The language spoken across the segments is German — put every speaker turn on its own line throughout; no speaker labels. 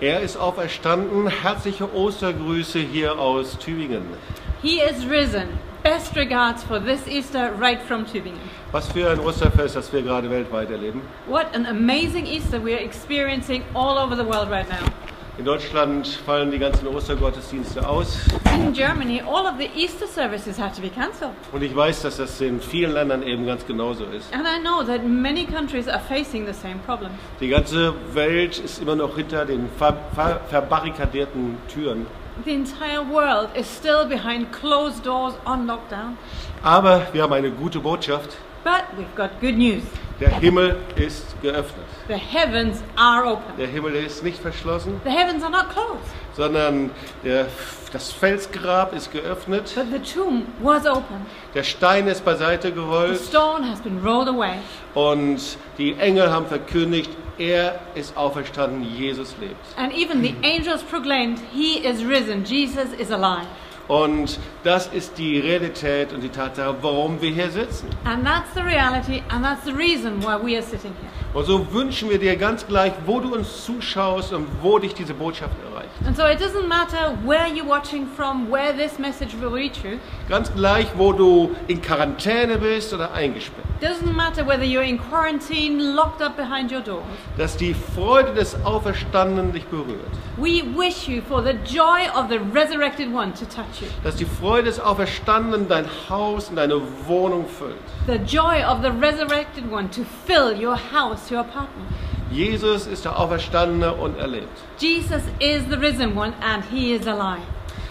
Er ist auferstanden. Herzliche Ostergrüße hier aus Tübingen.
He is risen. Best regards for this Easter right from Tübingen.
Was für ein Osterfest, das wir gerade weltweit erleben.
What an amazing Easter we are experiencing all over the world right now.
In Deutschland fallen die ganzen Ostergottesdienste aus.
In Germany, all of the Easter services had to be cancelled.
Und ich weiß, dass das in vielen Ländern eben ganz genauso ist.
And I know that many countries are facing the same problem.
Die ganze Welt ist immer noch hinter den ver ver verbarrikadierten Türen.
The entire world is still behind closed doors on lockdown.
Aber wir haben eine gute Botschaft.
But we've got good news.
Der Himmel ist geöffnet.
The heavens are open.
Der Himmel ist nicht verschlossen,
The heavens are not closed,
sondern der, das Felsgrab ist geöffnet.
but the tomb was open.
Der Stein ist beiseite
The
gerollt
stone has been rolled away.
und die Engel haben verkündigt, er ist auferstanden, Jesus lebt.
And even the angels proclaimed, He is risen, Jesus is alive.
Und das ist die Realität und die Tatsache, warum wir hier sitzen.
And that's the reality, and that's the reason why we are sitting here.
Und so wünschen wir dir ganz gleich, wo du uns zuschaust und wo dich diese Botschaft erreicht.
And so it doesn't matter where you're watching from, where this message will reach you.
Ganz gleich, wo du in Quarantäne bist oder eingesperrt.
Doesn't matter whether you're in quarantine, locked up behind your doors.
Dass die Freude des Auferstandenen dich berührt.
We wish you for the joy of the resurrected one to touch you,
Dass die Freude des Auferstandenen dein Haus und deine Wohnung füllt.
the joy of the resurrected one to fill your house, your apartment.
Jesus ist der Auferstandene und er lebt.
Jesus is the risen one, and He is alive.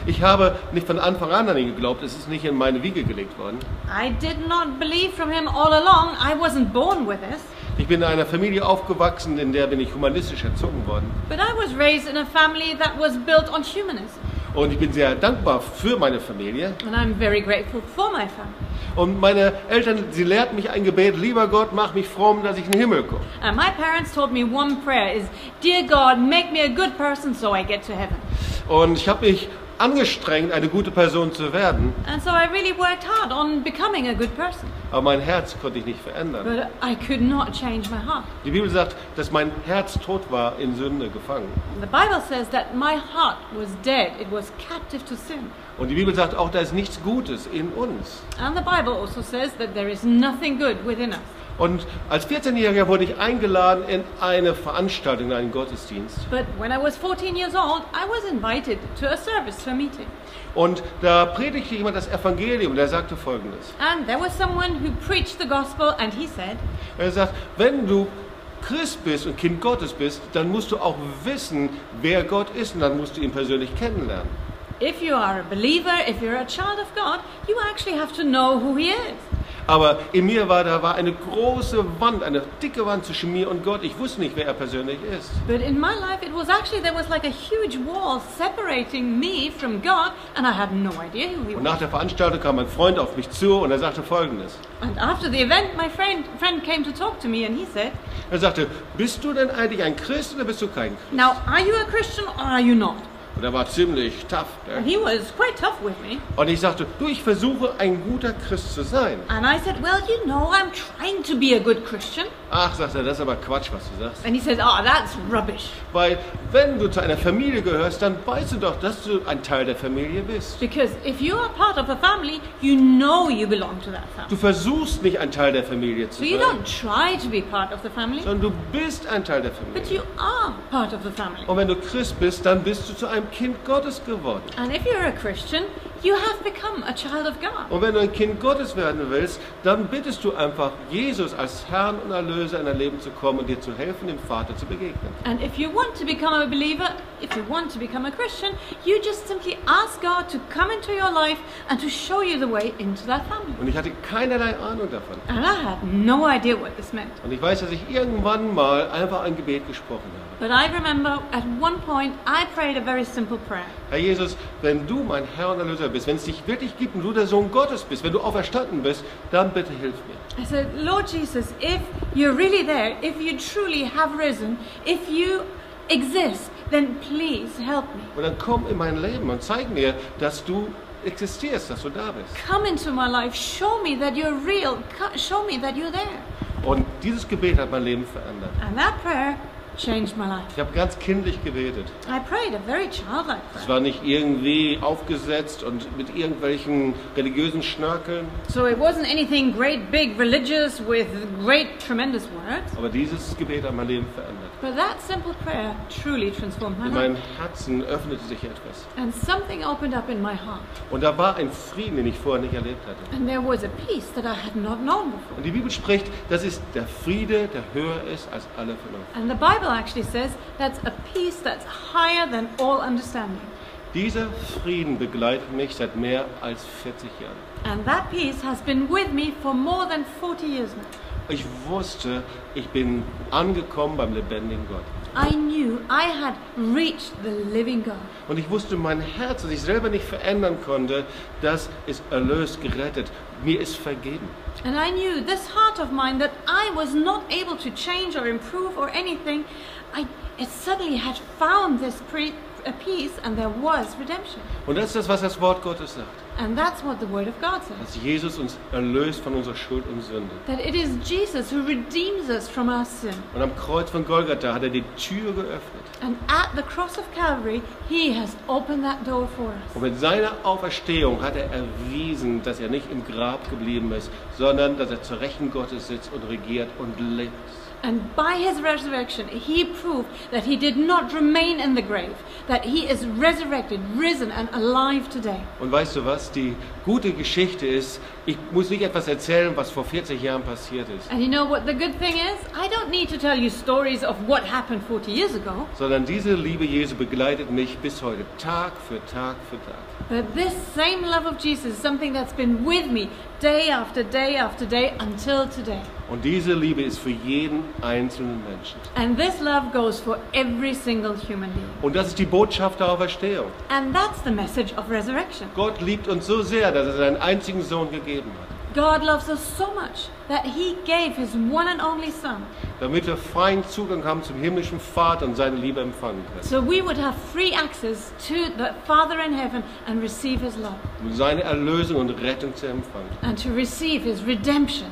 Ich habe nicht von Anfang an an ihn geglaubt, es ist nicht in meine Wiege gelegt worden.
I did not believe from him all along. I wasn't born with this.
Ich bin in einer Familie aufgewachsen, in der bin ich humanistisch erzogen worden.
But I was raised in a family that was built on humanism.
Und ich bin sehr dankbar für meine Familie.
And I'm very grateful for my family.
Und meine Eltern, sie lehrten mich ein Gebet, lieber Gott, mach mich fromm, dass ich in den Himmel komme.
And Uh, my parents taught me one prayer is, Dear God, make me a good person so I get to heaven.
Und ich habe mich angestrengt, eine gute Person zu werden,
And so I really worked hard on becoming a good person.
aber mein Herz konnte ich nicht verändern.
But I could not change my heart.
Die Bibel sagt, dass mein Herz tot war, in Sünde gefangen.
The Bible says that my heart was dead, it was captive to sin.
Und die Bibel sagt auch, da ist nichts Gutes in uns.
And the Bible also says that there is nothing good within us.
Und als 14-Jähriger wurde ich eingeladen in eine Veranstaltung, in einen Gottesdienst.
But when I was 14 years old, I was invited to a service, to a meeting.
Und da predigte jemand das Evangelium. Der sagte Folgendes:
And there was someone who preached the gospel, and he said,
Er sagt, wenn du Christ bist und Kind Gottes bist, dann musst du auch wissen, wer Gott ist, und dann musst du ihn persönlich kennenlernen.
If you are a believer, if you're a child of God, you actually have to know who he is.
Aber in mir war da war eine große Wand, eine dicke Wand zwischen mir und Gott. Ich wusste nicht, wer er persönlich ist.
But in my life, it was actually, there was like a huge wall separating me from God, and I had no idea who he
Und
was.
nach der Veranstaltung kam mein Freund auf mich zu und er sagte Folgendes:
And after the event, my friend, friend came to talk to me, and he said,
Er sagte, bist du denn eigentlich ein Christ oder bist du kein Christ?
Now, are you a Christian or are you not?
Und er war ziemlich tough. Ne?
And he was quite tough with me.
Und ich sagte, du, ich versuche ein guter Christ zu sein.
And I said, Well, you know, I'm trying to be a good Christian.
Ach, sagt er, das ist aber Quatsch, was du sagst.
And he says, Oh, that's rubbish.
Weil wenn du zu einer Familie gehörst, dann weißt du doch, dass du ein Teil der Familie bist.
Because if you are part of a family, you know you belong to that family.
Du versuchst nicht ein Teil der Familie zu
So you
sein,
don't try to be part of the family,
sondern du bist ein Teil der
but
Familie.
you are part of the family.
Und wenn du Christ bist, dann bist du zu einem Kind Gottes geworden.
And if you're a Christian, you have become a child of God.
Und wenn du ein Kind Gottes werden willst, dann bittest du einfach, Jesus als Herrn und Erlöser in dein Leben zu kommen und dir zu helfen, dem Vater zu begegnen.
And if you want to become a believer, if you want to become a Christian, you just simply ask God to come into your life and to show you the way into that family.
Und ich hatte keinerlei Ahnung davon.
And I had no idea what this meant.
Und ich weiß, dass ich irgendwann mal einfach ein Gebet gesprochen habe.
But I remember at one point I prayed a very simple prayer.
Herr Jesus, wenn du mein Herr und Erlöser bist, wenn es dich wirklich gibt und du der Sohn Gottes bist, wenn du auferstanden bist, dann bitte hilf mir.
I said, Lord Jesus, if you're really there, if you truly have risen, if you exist, then please help me.
Und dann komm in mein Leben und zeig mir, dass du existierst, dass du da bist.
Come into my life. Show me that you're real. Co- Show me that you're there.
Und dieses Gebet hat mein Leben verändert.
And that prayer changed my life.
Ich habe ganz kindlich geredet.
I prayed a very childlike
Es
prayer.
war nicht irgendwie aufgesetzt und mit irgendwelchen religiösen Schnörkeln.
So it wasn't anything great, big, religious with great, tremendous words.
Aber dieses Gebet hat mein Leben verändert.
But that simple prayer truly transformed my
In
life.
meinem Herzen öffnete sich etwas.
And something opened up in my heart.
Und da war ein Frieden, den ich vorher nicht erlebt hatte.
And there was a peace that I had not known before.
Und die Bibel spricht, das ist der Friede, der höher ist als alle Vernunft.
And the Bible actually says that's a peace that's higher than all understanding.
Dieser Frieden begleitet mich seit mehr als 40 Jahren.
And that peace has been with me for more than 40 years now.
Ich wusste, ich bin angekommen beim lebendigen Gott.
I knew I had reached the living God.
Und ich wusste, mein Herz, das ich selber nicht verändern konnte, das ist erlöst, gerettet. Mir ist vergeben.
And I knew this heart of mine that I was not able to change or improve or anything, I, it suddenly had found this pre, a peace and there was redemption.
Und das ist das, was das Wort Gottes sagt.
And that's what the Word of God says.
Dass Jesus uns erlöst von unserer Schuld und Sünde.
That it is Jesus who redeems us from our sin.
Und am Kreuz von Golgatha hat er die Tür geöffnet.
And at the cross of Calvary, He has opened that door for us.
Und mit seiner Auferstehung hat er erwiesen, dass er nicht im Grab geblieben ist, sondern dass er zur Rechten Gottes sitzt und regiert und lebt.
And by his resurrection, he proved that he did not remain in the grave, that he is resurrected, risen, and alive today.
Und weißt du was? Die gute Geschichte ist, ich muss nicht etwas erzählen, was vor 40 Jahren passiert ist,
And you know what the good thing is? I don't need to tell you stories of what happened 40 years ago,
sondern diese Liebe Jesu begleitet mich bis heute, Tag für Tag für Tag.
but this same love of Jesus is something that's been with me day after day after day until today.
Und diese Liebe ist für jeden einzelnen Menschen.
And this love goes for every single human being.
Und das ist die Botschaft der Auferstehung.
And that's the message of resurrection.
Gott liebt uns so sehr, dass er seinen einzigen Sohn gegeben hat,
God loves us so much that he gave his one and only Son.
damit wir freien Zugang haben zum himmlischen Vater und seine Liebe empfangen können.
So we would have free access to the Father in heaven and receive his love
um seine Erlösung und Rettung zu empfangen.
and to receive his redemption.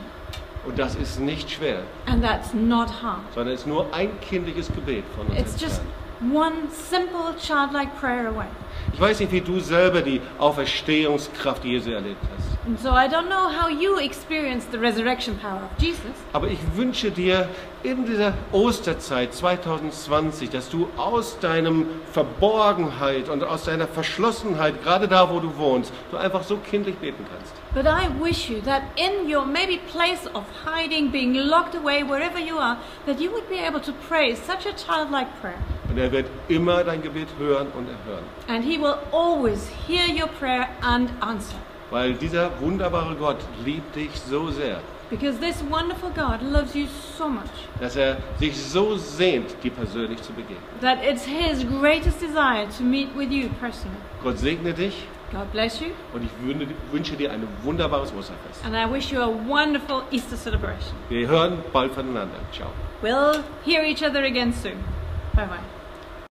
Und das ist nicht schwer,
And that's not hard.
sondern es ist nur ein kindliches Gebet von uns.
It's just
entfernt.
one simple childlike prayer away.
Ich weiß nicht, wie du selber die Auferstehungskraft Jesu erlebt hast,
And so I don't know how you experience the resurrection power of Jesus,
aber ich wünsche dir in dieser Osterzeit 2020, dass du aus deinem Verborgenheit und aus deiner Verschlossenheit, gerade da, wo du wohnst, du einfach so kindlich beten kannst.
but I wish you that in your maybe place of hiding, being locked away, wherever you are, that you would be able to pray such a childlike prayer.
Und er wird immer dein Gebet hören und erhören,
And he will always hear your prayer and answer.
weil dieser wunderbare Gott liebt dich so sehr.
Because this wonderful God loves you so much.
dass er sich so sehnt, dir persönlich zu begegnen.
that it's his greatest desire to meet with you personally.
Gott segne dich
God bless you,
und ich wünsche, wünsche dir ein wunderbares Osterfest.
and I wish you a wonderful Easter celebration.
Wir hören bald voneinander. Ciao.
We'll hear each other again soon. Bye bye.